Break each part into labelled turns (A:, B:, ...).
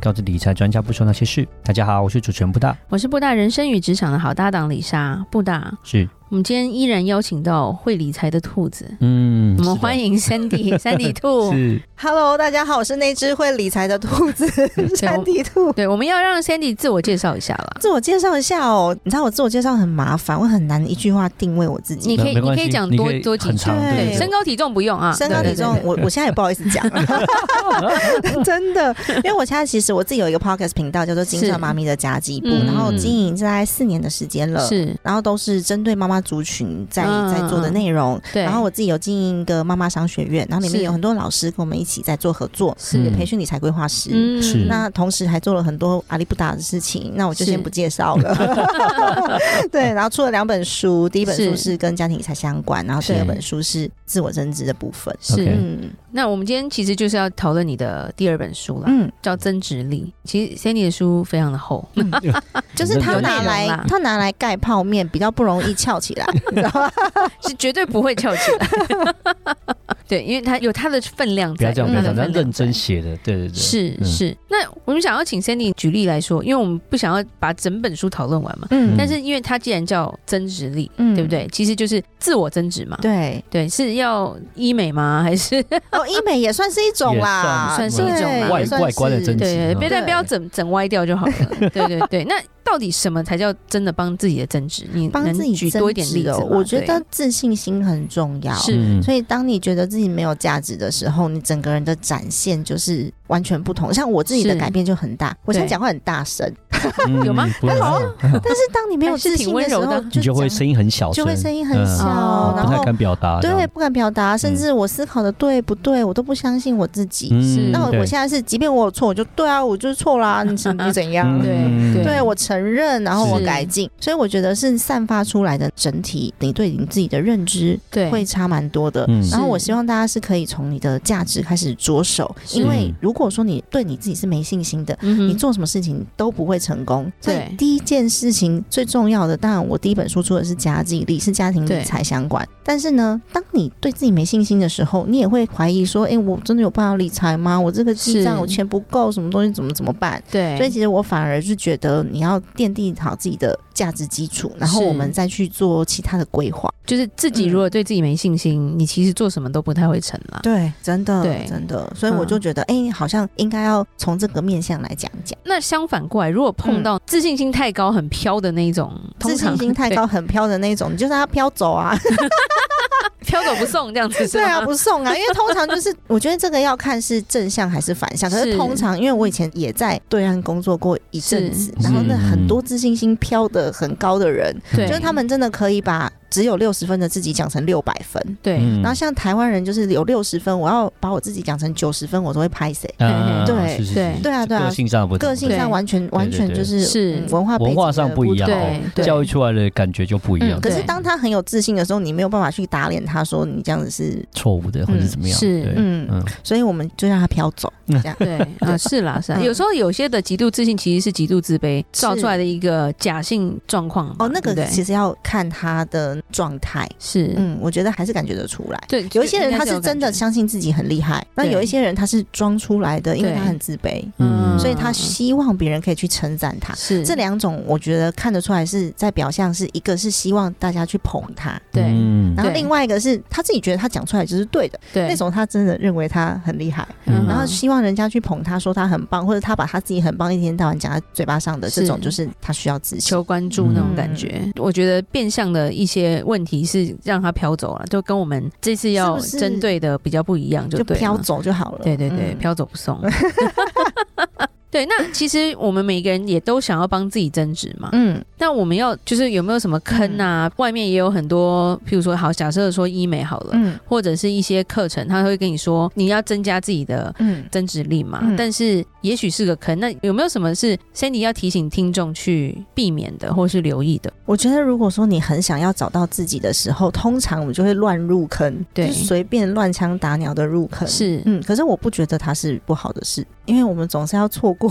A: 告知理财专家不说那些事。大家好，我是主持人布大，
B: 我是布大人生与职场的好搭档李莎。布大，
A: 是
B: 我们今天依然邀请到会理财的兔子，
A: 嗯，
B: 我们欢迎 Sandy Sandy 兔。
A: 是
C: Hello，大家好，我是那只会理财的 兔子山地兔。
B: 对，我们要让 Sandy 自我介绍一下啦。
C: 自我介绍一下哦，你知道我自我介绍很麻烦，我很难一句话定位我自己。
B: 你可以，
A: 没
B: 你
A: 关
B: 可
A: 系
B: 以讲
A: 你
B: 多
A: 可以
B: 多几
A: 很
B: 句
A: 长。
C: 对
B: 对，身高体重不用啊，
C: 身高
B: 对
C: 体重，我我现在也不好意思 讲，真的，因为我现在其实我自己有一个 podcast 频道叫做“金
B: 是
C: 色妈咪的家计部”，
B: 嗯
C: 然后经营大概四年的时间了，
B: 是
C: 然后都是针对妈妈族群在
B: 嗯
C: 在做的内容。
B: 对，
C: 然后我自己有经营一个妈妈商学院，然后里面
B: 是
C: 有很多老师跟我们一起在做合作，
B: 是
A: 嗯
C: 培训理财规划师。
B: 嗯
A: 是
C: 那同时还做了很多阿里不达的事情，那我就是先不介绍了。对，然后出了两本书，第一本书
B: 是
C: 是跟家庭理财相关，然后
B: 是
C: 第二本书是自我增值的部分。
A: OK
B: 是。
C: 嗯
B: 那我们今天其实就是要讨论你的第二本书了，
C: 嗯，
B: 叫《增值力》。其实 Sandy 的书非常的 厚，
C: 就是他拿来
B: 有内容啦
C: 他拿来盖泡面比较不容易翘起来，你知道吗？
B: 是绝对不会翘起来。 对，因为它有它的分量
A: 不要
B: 在，
A: 这样，
B: 有
A: 不
B: 它
A: 要
B: 的
C: 嗯
A: 这样，要
B: 分量
A: 认真
B: 在。
A: 写的，对对对，
B: 是
A: 嗯
B: 是，那我们想要请 Sandy 举例来说，因为我们不想要把整本书讨论完嘛，
C: 嗯
B: 但是因为它既然叫增值力，
C: 嗯
B: 对不？对？其实就是自我增值嘛。
C: 对，
B: 对，是要医美吗？还是
C: 哦，医美也算是一种啦，
B: 也算算是一种啦
C: 对
A: 外
C: 也算
A: 外观的
C: 是
A: 增值
B: 对，
A: 嗯
B: 别但不要整整歪掉就好了。对对对，那到底什么才叫真的帮自己的增值？你
C: 帮
B: 能
C: 自己
B: 举
C: 增
B: 多一点
C: 值
B: 例子
C: 哦
B: 吗
C: 我觉
B: 对
C: 得自信心很重要。
B: 是
A: 嗯
C: 所以，当你觉得自己没有价值的时候，你整个人的展现就是完全不同。像我自己的
B: 是
C: 改变就很大，我现在
B: 对
C: 讲话很大声，
A: 嗯
B: 有吗
A: 不会
C: 啊 但是当你 没有自信的时
B: 还是挺温
C: 候
B: 柔的，
A: 你就会
C: 讲
A: 声音很小
C: 就
A: 声，
C: 会声音很
A: 嗯
C: 小，
B: 哦
C: 然
A: 不太
C: 后
A: 敢表达，嗯这
C: 对
A: 样，
C: 不敢表达，甚至我思考的对不对，我都不相信我自己。
A: 嗯
C: 那我
A: 对
C: 我现在是，即便我有错，我就对啊，我就是错啦，你怎你怎样？
A: 嗯
B: 对
A: 对
C: 对我承认，然后我
B: 是
C: 改进，所以我觉得是散发出来的整体，你对你自己的认知
B: 对
C: 会差蛮多的。
A: 嗯
C: 然后我
B: 是
C: 希望大家是可以从你的价值开始着手，因为
A: 嗯
C: 如果说你对你自己是没信心的，
B: 你
C: 你做什么事情都不会成功。所以
B: 嗯对
C: 第一件事情最重要的，当然我第一本书出的是家计力，是家庭
B: 对
C: 理财相关。但是呢，当你对自己没信心的时候，你也会怀疑说：“哎、我真的有办法理财吗？我这个记账
B: 是
C: 我钱不够，什么东西怎么怎么办？”
B: 对，
C: 所以其实我反而是觉得你要奠定好自己的价值基础，然后
B: 是
C: 我们再去做其他的规划。
B: 就是自己如果对自己没信心，你其实做什么都不太会成啦。
C: 对，真的，
B: 对嗯
C: 真的，所以我就觉得，哎、好像应该要从这个面向来讲讲。
B: 那相反过来，如果碰到自信心太高、很飘的那一种，
C: 嗯自
B: 通常
C: 信心太高，很飘的那种，你就让它飘走啊。
B: 对，飘走不送这样子。
C: 对啊，
B: 是吗，
C: 不送啊，因为通常就是， 我觉得这个要看是正向还是反向。可
B: 是
C: 是通常，因为我以前也在对岸工作过一阵子，
A: 是
C: 然后那很多自信心飘的很高的人，
B: 嗯对，
C: 就是他们真的可以把只有六十分的自己讲成六百分。
B: 对，
A: 嗯
C: 然后像台湾人就是有六十分，我要把我自己讲成九十分，我都会拍谁。
A: 啊
C: 对
A: 是是
B: 对
A: 是
C: 对啊对啊
A: 个性上不同
C: 个性上完全完全就是
B: 是
C: 嗯文化背景
A: 文
C: 的
A: 化上不一样，
B: 对
A: 哦
B: 对
A: 教育出来的感觉就不一样
C: 嗯，，可是
B: 对
C: 当他很有自信的时候，你没有办法去打脸他说你这样子是，
A: 错误的或者
C: 嗯
A: 怎么样，
B: 是
A: 对
C: 嗯
A: 嗯，
C: 所以我们就让他飘走。
B: 对啊，是啦，是啦。
C: 嗯
B: 有时候有些的极度自信其实是极度自卑造出来的一个假性状况嘛。
C: 哦，那
B: 对
C: 个
B: 不对
C: 其实要看他的状态。
B: 是，
C: 嗯，我觉得还是感觉得出来。
B: 对，
C: 有一些人
B: 应
C: 他
B: 该
C: 是
B: 有
C: 真的
B: 感觉，
C: 相信自己很厉害，那有一些人他是装出来的，因为
B: 对
C: 他很自卑，
A: 嗯
C: 所以他
B: 嗯
C: 希望别人可以去称赞他。
B: 是
C: 这两种我觉得看得出来是在表象，是一个是希望大家去捧他，
B: 对
A: 嗯
C: 然后
B: 对
C: 另外一个是他自己觉得他讲出来就是对的，
B: 对
C: 那，种他真的认为他很厉害，
B: 嗯
C: 然后希望人家去捧他说他很棒，或者他把他自己很棒一天到晚讲在嘴巴上的
B: 是
C: 这种，就是他需要自信。
B: 求关注那种
C: 嗯
B: 感觉。我觉得变相的一些问题是让它飘走了，就跟我们这次要
C: 是不是
B: 针对的比较不一样就，
C: 就
B: 对了
C: 飘。走就好了。
B: 对对对，
C: 嗯
B: 飘、走不送。 对，那其实我们每个人也都想要帮自己增值嘛。
C: 嗯，
B: 那我们要就是有没有什么坑啊？外面也有很多，譬如说，好，假设说医美好了，
C: 嗯
B: 或者是一些课程，他会跟你说你要增加自己的
C: 嗯，
B: 增值力嘛。
C: 嗯
B: 但是也许是个坑，那有没有什么是 Sandy 要提醒听众去避免的，或是留意的？
C: 我觉得如果说你很想要找到自己的时候，通常我们就会乱入坑，
B: 对
C: 就是随便乱枪打鸟的入坑。
B: 是，
C: 嗯，可是我不觉得它是不好的事，因为我们总是要错过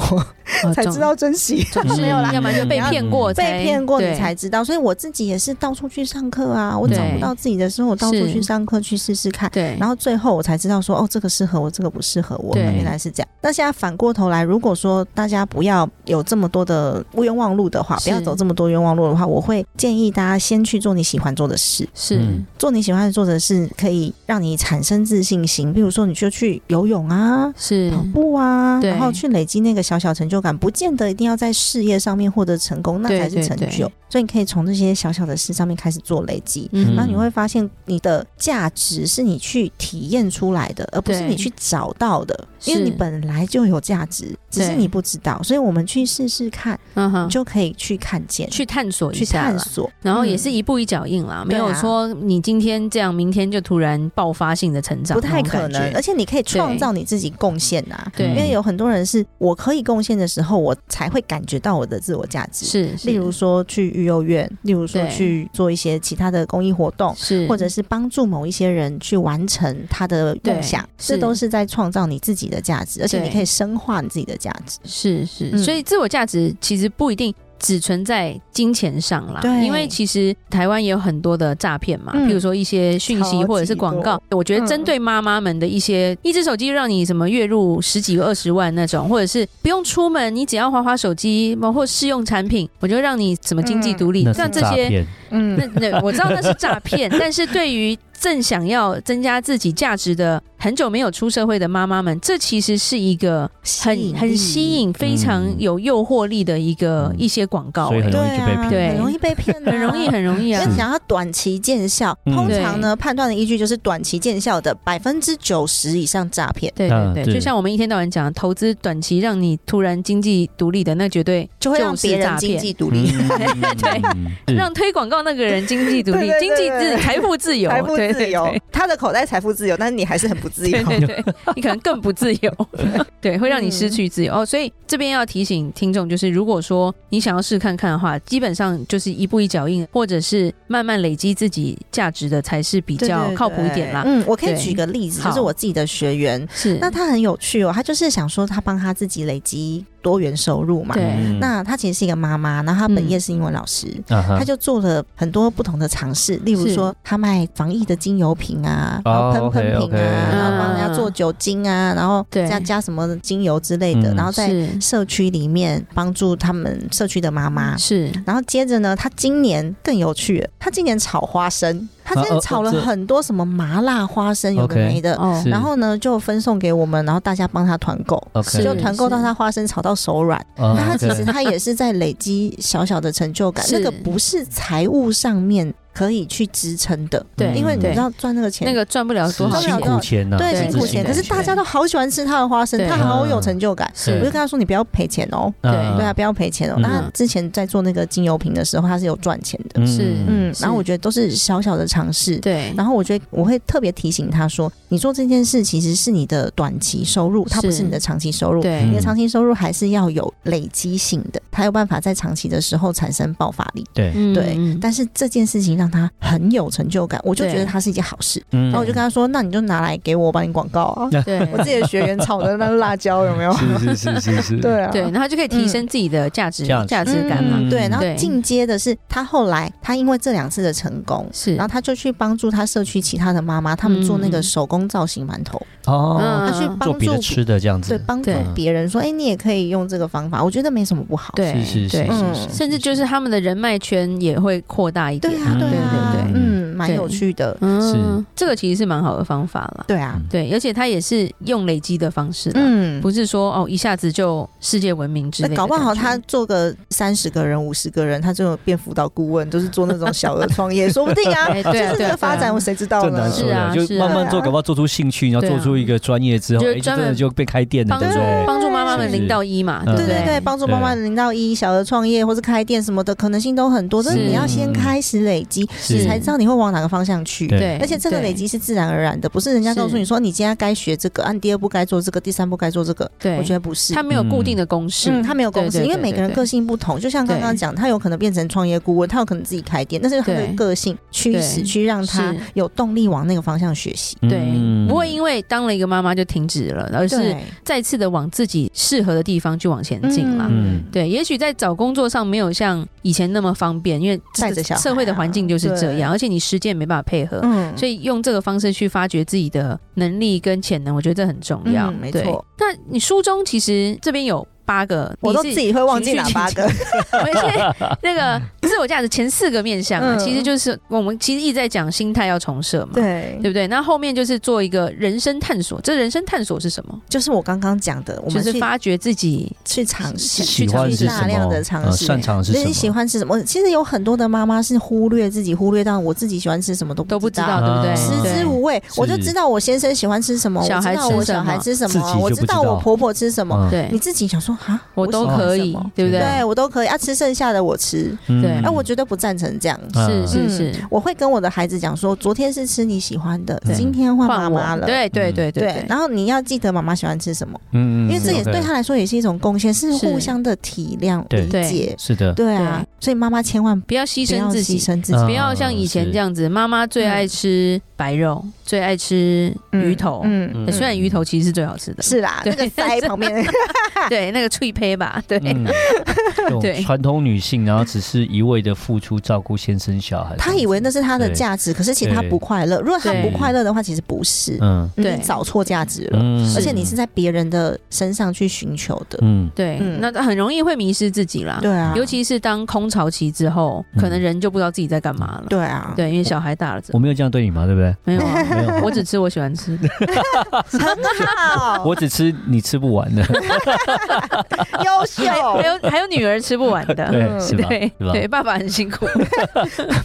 B: 哦
C: 才
B: 总
C: 知道珍惜。
B: 总是
A: 没有啦
B: 要不然就被骗过才，
C: 被骗过你
B: 对
C: 才知道，所以我自己也是到处去上课啊，我找不到自己的时候，我到处
B: 是
C: 去上课去试试看。
B: 对，
C: 然后最后我才知道说，哦，这个适合我，这个不适合我，
B: 对
C: 原来是这样。那现在反过头来，如果说大家不要有这么多的冤枉路的话，
B: 是
C: 不要走这么多冤枉路的话，我会建议大家先去做你喜欢做的事，
B: 是、
A: 嗯
C: 做你喜欢做的事可以让你产生自信心。比如说，你就去游泳啊。
B: 是
C: 跑步啊，
B: 嗯对
C: 然后去累积那个小小成就感，不见得一定要在事业上面获得成功，那
B: 对
C: 才
B: 对
C: 是成
B: 对
C: 就。所以你可以从这些小小的事上面开始做累积。
B: 嗯
C: 然后你会发现你的价值是你去体验出来的，而不是
B: 对
C: 你去找到的，因为
B: 是
C: 你本来就有价值，只是
B: 对
C: 你不知道。所以我们去试试看，
B: 嗯哼
C: 你就可以去看见，
B: 去探索一
C: 去
B: 下
C: 探
B: 啦。
C: 索，
B: 然后也
C: 嗯
B: 是一步一脚印啦，没
C: 对啊
B: 有说你今天这样，明天就突然爆发性的成长，
C: 不太可
B: 那种
C: 能，
B: 感
C: 而
B: 觉。嗯
C: 且你可以创造你自己贡献呐、
B: 对
C: 因为有很多人是我可以贡献的时候，我才会感觉到我的自我价值。
B: 是，是
C: 例如说去育幼院，例如说
B: 对
C: 去做一些其他的公益活动，
B: 是
C: 或者是帮助某一些人去完成他的梦想，
B: 是
C: 这都是在创造你自己的价值，而且
B: 对
C: 你可以深化你自己的价值。
B: 是是，
C: 嗯
B: 所以自我价值其实不一定只存在金钱上啦，
C: 对
B: 因为其实台湾也有很多的诈骗嘛，
C: 嗯
B: 譬如说一些讯
C: 超
B: 息
C: 级嗯
B: 或者是广告，我觉得针对妈妈们的一些，一只手机让你什么月入十几二十万那种，或者是不用出门，你只要滑滑手机或试用产品，我就让你什么经济独立，
A: 那
B: 像
A: 是
B: 这
A: 诈
B: 些
A: 骗，
C: 嗯
B: 那那我知道那是诈骗，但是对于正想要增加自己价值的很久没有出社会的妈妈们，这其实是一个很很吸引、非常有诱惑力的一个、
A: 嗯
B: 一些广告、
A: 所以很
B: 欸
A: 容易
C: 对
A: 就被
C: 啊，
B: 对
A: 骗。
C: 很容易被骗、啊，
B: 很容 易，。很容易啊
C: 因为！想要短期见效，
A: 嗯
C: 通常呢，判断的依据就是短期见效的百分之九十以上诈骗，
B: 对
A: 啊
B: 对对，
A: 对
B: 就像我们一天到晚讲投资短期让你突然经济独立的，那绝对
C: 就会让
B: 就是
C: 别人
B: 诈骗嗯
C: 经济独立。
A: 对，嗯是
B: 让推广告那个人经济独立、
C: 对对对
B: 经济自
C: 对
B: 财富自由、
C: 财富
B: 对
C: 自由，他的口袋财富自由，但是你还是很不自由
B: 对。对对，你可能更不自 由，对，会
C: 嗯
B: 让你失去自由。哦，所以这边要提醒听众，就是如果说你想要试看看的话，基本上就是一步一脚印，或者是慢慢累积自己价值的，才是比
C: 对
B: 较
C: 对
B: 靠谱一点啦。
C: 嗯，我可以
B: 对
C: 举个例子，
B: 好
C: 就是我自己的学员，
B: 是，
C: 那他很有趣哦，他就是想说他帮他自己累积多元收入嘛。
B: 对嗯
A: 嗯
C: 那他其实是一个妈妈，然后他本业是英文老师。
A: 啊哈
C: 他就做了很多不同的尝试，例如
B: 是
C: 说他卖防疫的精油瓶啊，然
A: 哦
C: 后喷喷瓶
A: OK，OK
C: 啊，然后帮人家做
B: 嗯
C: 酒精啊，然后
B: 对
C: 加加什么精油之类的，
A: 嗯
C: 然后在
B: 是
C: 社区里面帮助他们社区的妈妈。
B: 是
C: 然后接着呢，他今年更有趣了，他今年炒花生，他今
A: 啊哦
C: 年炒了
A: 这
C: 很多什么麻辣花生，有的
A: OK 嗯
C: 没的。
B: 哦
A: 是
C: 然后呢就分送给我们，然后大家帮他团购。
A: OK，哦
C: 就是团购到他花生炒到手软，
A: 那
C: 那他其实他也是在累积小小的成就感，
B: 是
C: 那个不是财务上面可以去支撑的，
B: 对
C: 因为你
A: 对
C: 知道赚那个钱，
B: 那个赚不了多
A: 嗯是
B: 少
C: 赚不
A: 辛
B: 钱
C: 了多，
A: 苦钱呐，
C: 哦对
B: 对
C: 辛苦钱，可
A: 对
C: 是大家都好喜欢吃他的花生
B: 对，
C: 他好有成就感。
B: 是
C: 我就跟他说你不要赔钱哦，
A: 对
C: 对啊，不要赔钱哦。
A: 嗯
C: 那他之前在做那个精油瓶的时候，他是有赚钱的，
B: 是
C: 嗯，
B: 是
C: 然后我觉得都是小小的尝试，
B: 对，
C: 然后我觉得我会特别提醒他说，你做这件事其实是你的短期收入，它不
B: 是
C: 是你的长期收入。
B: 对
C: 你
A: 嗯
C: 的长期收入还是要有累积性的，才有办法在长期的时候产生爆发力。
A: 对，
B: 嗯
C: 对，
B: 嗯
C: 但是这件事情让他很有成就感，我就
B: 对嗯
C: 觉得它是一件好事。
A: 然
C: 然后我就跟他说：“嗯那你就拿来给我，我帮你广告 啊。
B: 对
C: 我自己的学员炒的那个辣椒有没有？
A: 是是是是是，
C: 对啊，
B: 对，然后就可以提升自己的价值
A: 价值
B: 价值感嘛
A: 嗯。
C: 对，然
B: 对
C: 后进阶的是他后来他因为这两次的成功，
B: 是
C: 然后他就去帮助他社区其他的妈妈，他们做那
B: 嗯
C: 个手工造型馒头，
A: 哦，
C: 他去
B: 嗯
C: 帮
A: 做别的
C: 助
A: 吃的这样
C: 对
A: 子，
C: 帮助
B: 对
C: 别人说，哎、你也可以用这个方法，我觉得没什么不好。
B: 对
A: 是是是
B: 对
A: 是
C: 嗯
A: 是，
B: 甚至就是他们的人脉圈也会扩大一点
C: 对。啊，对
B: 对
C: 啊，
B: 对对
C: 嗯，蛮
B: 对
C: 有趣的。
B: 嗯，这个其实是蛮好的方法啦。
C: 对啊，
B: 对，而且它也是用累积的方式啦，
C: 嗯，
B: 不是说哦一下子就世界闻名之类
C: 那
B: 的
C: 搞不好他
B: 感
A: 嗯
B: 觉
C: 做个三十个人、五十个人，他就有变辅导顾问，就是做那种小额创业，说不定啊，
B: 哎对啊
C: 就是
B: 对
C: 这
B: 啊
C: 个发
B: 对啊
C: 展，我谁知道
A: 这难
C: 呢？
A: 说
B: 是啊
A: 的，就是
B: 啊
A: 慢慢做，
C: 对啊
A: 搞不好做出兴趣，然后
B: 对啊
A: 做出一个专业之后，
B: 就
A: 哎，就
B: 专
A: 真
B: 门
A: 的就被开店了，
B: 帮
A: 对不对？嗯
B: 帮助妈妈们零到一嘛，对不
C: 对对对，帮助妈妈零到一小额创业或是开店什么的可能性都很多，但是
B: 是
C: 你要先开始累积，
A: 是
C: 你才知道你会往哪个方向去。
A: 对
B: 哎对，
C: 而且这个累积是自然而然的，不是人家告诉你说你今天该学这个，按第二步该做这个，第三步该做这个。
B: 对，
C: 我觉得不是，
B: 它没有固定的公式，
C: 嗯，他没有公司，
B: 对对
C: 因为每个人
B: 对对
C: 个性不同。就像刚刚讲，他有可能变成创业顾问，他有可能自己开店，但是他的
B: 对
C: 个性驱使
B: 对
C: 去让他
B: 是
C: 有动力往那个方向学习。
B: 对，
A: 嗯
B: 不会因为当了一个妈妈就停止了，而是
C: 对
B: 再次的往自己适合的地方去往前进啦。
A: 嗯
B: 对，也许在找工作上没有像以前那么方便，因为这
C: 带着小孩啊
B: 社会的环境就是这
C: 对
B: 样，而且你时间也没办法配合，
C: 嗯
B: 所以用这个方式去发掘自己的能力跟潜能，我觉得这很重要。
C: 嗯没
B: 对
C: 错。
B: 那你书中其实这边有八个，
C: 我都
B: 你
C: 自己会忘记哪八 个。
B: 而 且那个自我价值前四个面向啊，
C: 嗯
B: 其实就是我们其实一直在讲心态要重设嘛，
C: 对
B: 对不对？那后面就是做一个人生探索，这人生探索是什么？
C: 就是我刚刚讲的，我
B: 就
C: 们
B: 是
C: 去
B: 发掘自己，
C: 去尝试。
A: 喜欢是
C: 去
A: 什
C: 大量
A: 么
C: 的？尝
A: 呃
C: 试
A: 擅长的是什
C: 那
A: 么？
C: 你喜欢吃什么？其实有很多的妈妈是忽略自己，忽略到我自己喜欢吃什么都
B: 都不知道，
A: 道
B: 对不
C: 啊
B: 对？
A: 嗯
C: 食之无味。
A: 是
C: 我就知道我先生喜欢吃什么，我
B: 小孩
C: 知道
B: 吃
C: 我
B: 什
C: 小孩
B: 么
C: 吃什
A: 自己
C: 么，我
A: 就不
C: 知道
A: 知道
C: 我婆婆吃什么。
A: 嗯？
B: 对
C: 你，自己想说啊，
B: 我都
C: 喜欢
B: 可
C: 什
B: 以
C: 么，
B: 对不对？
C: 对我都可以啊，吃剩下的我吃。
A: 嗯
B: 对
C: 哎、我觉得不赞成这样。
A: 嗯
B: 是是是，
C: 我会跟我的孩子讲说，昨天是吃你喜欢的，
A: 对
C: 今天换妈
B: 换我
C: 妈了。嗯
B: 对对对
C: 对
B: 对，
C: 然后你要记得妈妈喜欢吃什么，
A: 嗯
C: 因为这也
A: OK
C: 对他来说也是一种贡献，是
B: 是
C: 互相的体谅
A: 对
C: 理解。
A: 是的，
C: 对啊，所以妈妈千万不
B: 不要牺
C: 要
B: 牲自
C: 牺
B: 己。
C: 牲自己
A: 嗯
B: 不要像以前这样子，妈妈最爱吃白肉，最爱吃鱼头。
C: 嗯
A: 嗯
B: 对虽然鱼头其实是最好吃的，
C: 是啦，
B: 对
C: 那个塞旁 边那个
B: 对那个脆胚吧，对，
A: 嗯，这种
B: 对
A: 传统女性，然后只是一味的付出照顾先生小孩，
C: 他以为那是他的
A: 对
C: 价值，可是其实他
A: 对
C: 不快乐。如果他
B: 对
C: 不快乐的话，其实不是，
A: 嗯
C: 你
B: 对
C: 找错价值了，
A: 嗯
C: 而且你是在别人的身上去寻求的。
A: 嗯
B: 对，
C: 嗯
B: 那很容易会迷失自己啦。
C: 对啊，
B: 尤其是当空巢期之后，
A: 嗯
B: 可能人就不知道自己在干嘛了。
C: 对啊，
B: 对，因为小孩大了，
A: 我没有这样对你嘛，对 不对？
B: 没有啊，
A: 没有，
B: 我只吃我喜欢 吃的。
C: 好
A: 我只吃你吃不 完的，
C: 优秀，
B: 还有还有女儿吃不完的，
A: 对，是吧？
B: 嗯对
A: 是吧？。
B: 对，爸爸很辛苦。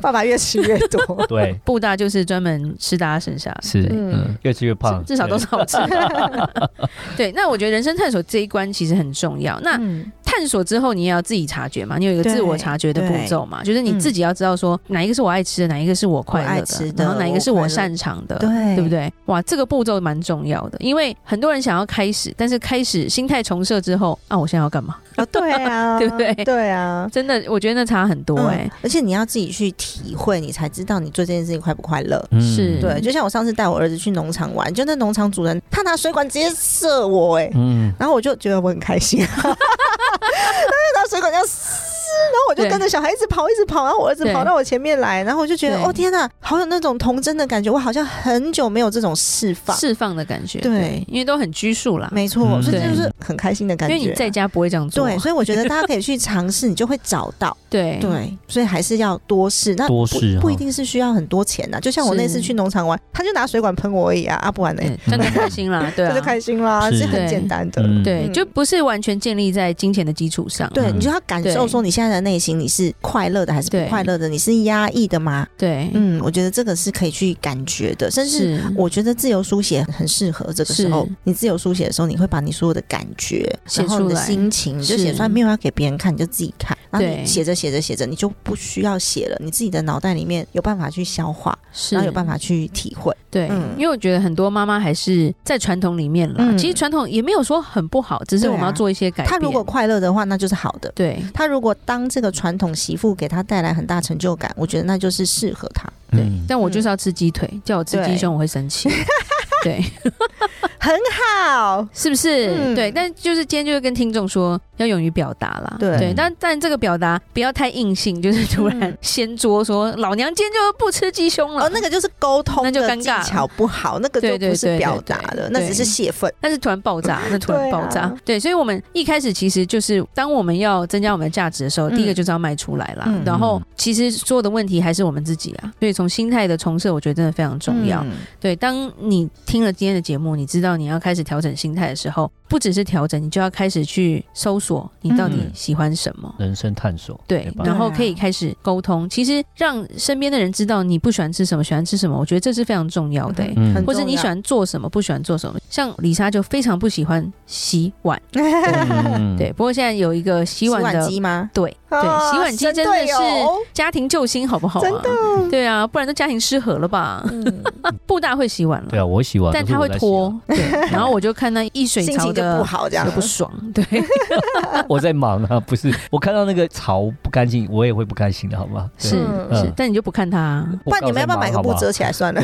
C: 爸爸越吃越多
A: 对，
B: 布大就是专门吃大家剩下的，
A: 是，
B: 对
A: 嗯，越吃越胖，
B: 至至少都是好吃的。 对，那我觉得人生探索这一关其实很重要。那
C: 嗯
B: 探索之后，你也要自己察觉嘛，你有一个
C: 对
B: 自我察觉的步骤嘛，就是你自己要知道说哪一个是我爱吃的，哪一个是我快
C: 嗯我
B: 乐
C: 爱
B: 的，
C: 吃的
B: 然后哪一个是
C: 我快
B: 我
C: 乐
B: 擅长的，
C: 对
B: 对不对？哇，这个步骤蛮重要的，因为很多人想要开始，但是开始心态重设之后，啊，我现在要干嘛？
C: 啊，对 啊，
B: 对不对
C: 对啊。
B: 真的，我觉得那差很多哎、
C: 嗯，而且你要自己去体会，你才知道你做这件事情快不快乐。
A: 嗯
B: 是
C: 对，就像我上次带我儿子去农场玩，就那农场主人他拿水管直接射我、哎、
A: 嗯，
C: 然后我就觉得我很开心， 他就拿水管这样撕，然后我就
B: 对
C: 跟着小孩一直跑，一直跑，然后我儿子
B: 对
C: 跑到我前面来，然后我就觉得
B: 对
C: 哦天哪，好有那种童真的感觉，我好像很久没有这种释放。
B: 释放的感觉，
C: 对
B: 因为都很拘束啦，
C: 没错，
A: 嗯
C: 所以这
B: 对
C: 就是很开心的感
B: 因
C: 觉。
B: 为你在家不会这样做，
C: 对，所以我觉得大家可以去尝试，你就会找到。
B: 对
C: 对，所以还是要多试。那
A: 多试啊
C: 不不一
A: 哈
C: 定是需要很多钱啊呐、就像我那次
B: 是
C: 去农场玩，他就拿水管喷我而已啊，啊不然呢、
B: 对，真的开心 啦，对
C: 这就
B: 啊，
C: 开心啦，
A: 是
C: 是很
B: 对
C: 简单的。
A: 嗯
B: 对，
C: 嗯
B: 就不是完全建立在金钱的基础上，
C: 对，
A: 嗯
C: 你就要感受
B: 对
C: 说你现在的内心，你是快乐的还是不
B: 对
C: 快乐的？你是压抑的吗？
B: 对，
C: 嗯，我觉得这个是可以去感觉的，甚至
B: 是
C: 我觉得自由书写很适合这个时候
B: 是。
C: 你自由书写的时候，你会把你所有的感觉，
B: 写
C: 然后你的
B: 出来
C: 心情，你就是写出来，没有要给别人看，你就自己看。然后你
B: 对
C: 写着写着写着，你就不需要写了，你自己的脑袋里面有办法去消化，
B: 是
C: 然后有办法去体会。
B: 对，
C: 嗯
B: 因为我觉得很多妈妈还是在传统里面了。
C: 嗯
B: 其实传统也没有说很不好，只是
C: 对啊
B: 我们要做一些改变。
C: 他如果快乐的话，那就是好的。
B: 对
C: 他如果当这个传统媳妇给他带来很大成就感，我觉得那就是适合他，
B: 对、
A: 嗯
B: 但我就是要吃鸡腿，叫我吃鸡胸我会生 气。对，
C: 很好。
B: 是不是？
C: 嗯
B: 对，但就是今天就是跟听众说，要勇于表达啦。
C: 对
B: 但但这个表达不要太硬性，就是突然
C: 嗯
B: 掀桌说、老娘今天就不吃鸡胸了。
C: 哦，那个就是沟通
B: 那就
C: 的
B: 尴
C: 技
B: 尬了
C: 巧不好，那个就
B: 对对
C: 不是
B: 对
C: 表
B: 对
C: 达
B: 对
C: 了，那只
B: 对
C: 是泄愤。
B: 但是突然爆 炸，那突然爆炸，
C: 对啊
B: 对，所以我们一开始其实就是，当我们要增加我们的价值的时候，
C: 嗯
B: 第一个就是要迈出来啦。
C: 嗯
B: 然后，其实所有的问题还是我们自己啊，所以从心态的重设，我觉得真的非常重要。
C: 嗯
B: 对，当你听了今天的节目，你知道你要开始调整心态的时候，不只是调整，你就要开始去搜索你到底
A: 嗯
B: 喜欢什么。
A: 人生探索，
B: 对，
A: 吧？
B: 然后
C: 对啊
B: 可以开始沟通。其实让身边的人知道你不喜欢吃什么，喜欢吃什么，我觉得这是非常重要的、欸。
A: 嗯
C: 很
B: 或者
C: 重
B: 你
C: 要
B: 喜欢做什么，不喜欢做什么。像李莎就非常不喜欢洗碗，
A: 嗯
B: 对。不过现在有一个洗碗的，
C: 机吗？
B: 对对，
C: 啊哦
B: 洗碗机
C: 神
B: 真的
C: 队
B: 是
C: 友
B: 家庭救星，好不好、啊？
C: 真的，
B: 对啊，不然都家庭失和了吧？
C: 嗯，
B: 布大会洗碗了，
A: 对啊，我洗碗，
B: 但
A: 都是
B: 他
A: 我
B: 会
A: 在洗啊
B: 拖
A: 碗，，
B: 对。然后我就看他一水
C: 心
B: 槽
C: 情就不
B: 的
C: 好嗯这样
B: 就。不爽， 对，
A: 我在忙啊，不是。我看到那个槽不干净，我也会不开心的，好吗？对
B: 是
C: 嗯
B: 是，但你就不看他啊，
A: 我
C: 不然你们要不
A: 刚
C: 要
A: 才
C: 买个
A: 忙好嗯
C: 布
A: 好
C: 遮起来算了？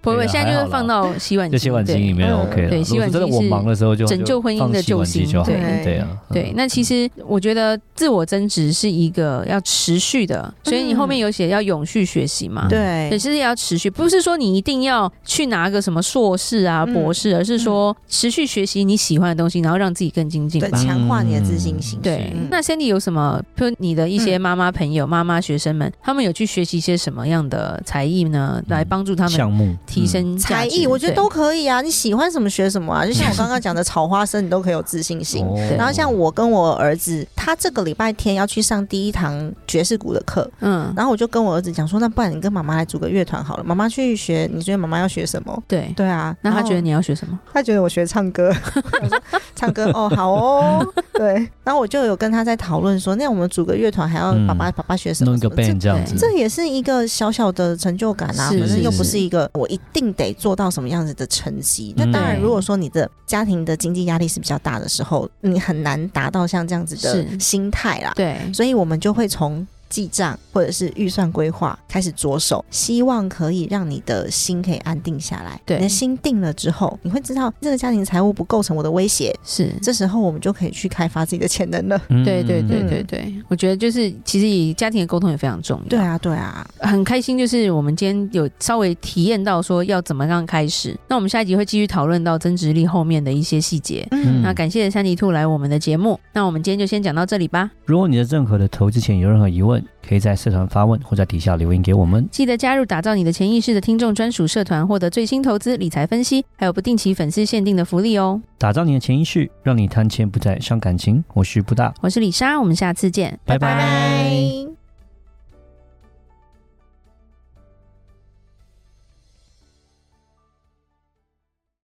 B: 不
A: 对
B: 会，
A: 啊
B: 现在
A: 还
B: 就会
A: 好啦
B: 放到洗碗
A: 就
B: 机，
A: 洗碗机里面
C: 嗯
A: OK 了。
B: 对
A: 如
B: 洗碗
A: 果真的
B: 机
A: 我
B: 是
A: 忙的时候就
B: 拯救婚姻
A: 放
B: 的
A: 洗碗机
B: 救星
A: 就好了，
C: 对
A: 对啊，嗯
B: 对，那其实我觉得自我增值是一个要持续的，所
C: 嗯
B: 以你后面有写要永续学习嘛？也
C: 对，
B: 是要持续，不是说你一定要去拿个什么硕士啊、
C: 嗯
B: 博士，而是说持续学习你喜欢的东西，然后让自己更精进
C: 对，
B: 吧。
C: 强化你的自信心。
B: 对
C: 嗯，
B: 那 Sandy 有什么？比如你的一些妈妈朋友、妈妈学生们，他们有去学习一些什么样的才艺呢？来帮助他们
A: 项目
B: 提。
A: 嗯
B: 升价
C: 嗯才
B: 值
C: 艺我觉得
B: 对
C: 都可以啊，你喜欢什么学什么啊，就 像我刚刚讲的炒花生，你都可以有自信心。
A: 哦
C: 然后像我跟我儿子，他这个礼拜天要去上第一堂爵士鼓的课，
B: 嗯，
C: 然后我就跟我儿子讲说，那不然你跟妈妈来组个乐团好了，妈妈去学，你觉得妈妈要学什么？
B: 对。
C: 对啊，
B: 那他
C: 然后
B: 觉得你要学什么？
C: 他觉得我学唱歌， 我说唱歌哦，好哦，对。然后我就有跟他在讨论说，那我们组个乐团，还要
A: 嗯
C: 爸爸、爸爸学什么
A: 弄一
C: 什
A: 个
C: 么？这
A: band 这样
B: 对
A: 子，
C: 这也是一个小小的成就感啊，
B: 是
C: 反正又不
A: 是
C: 是一个我一定得做到什么样子的成绩。那当然，
B: 嗯
C: 如果说你的家庭的经济压力是比较大的时候，你很难达到像这样子
B: 是
C: 的心态啦。
B: 对，
C: 所以我们就会从记账或者是预算规划开始着手，希望可以让你的心可以安定下来。
B: 对
C: 你的心定了之后，你会知道这个家庭财务不构成我的威胁。
B: 是
C: 这时候我们就可以去开发自己的潜能了。
A: 嗯
B: 对对对
A: 嗯
B: 对对，我觉得就是其实以家庭的沟通也非常重要。
C: 对，啊，对啊，
B: 很开心，就是我们今天有稍微体验到说要怎么样开始。那我们下一集会继续讨论到增值力后面的一些细节。
A: 嗯
B: 那感谢三迪兔来我们的节目，那我们今天就先讲到这里吧。
A: 如果你的任何的投资前有任何疑问，可以在社团发问或在底下留言给我们。
B: 记得加入打造你的潜意识的听众专属社团，获得最新投资理财分析，还有不定期粉丝限定的福利哦。
A: 打造你的潜意识，让你谈钱不再伤感情。我是布大，
B: 我是李莎，我们下次见，
A: 拜拜
C: 拜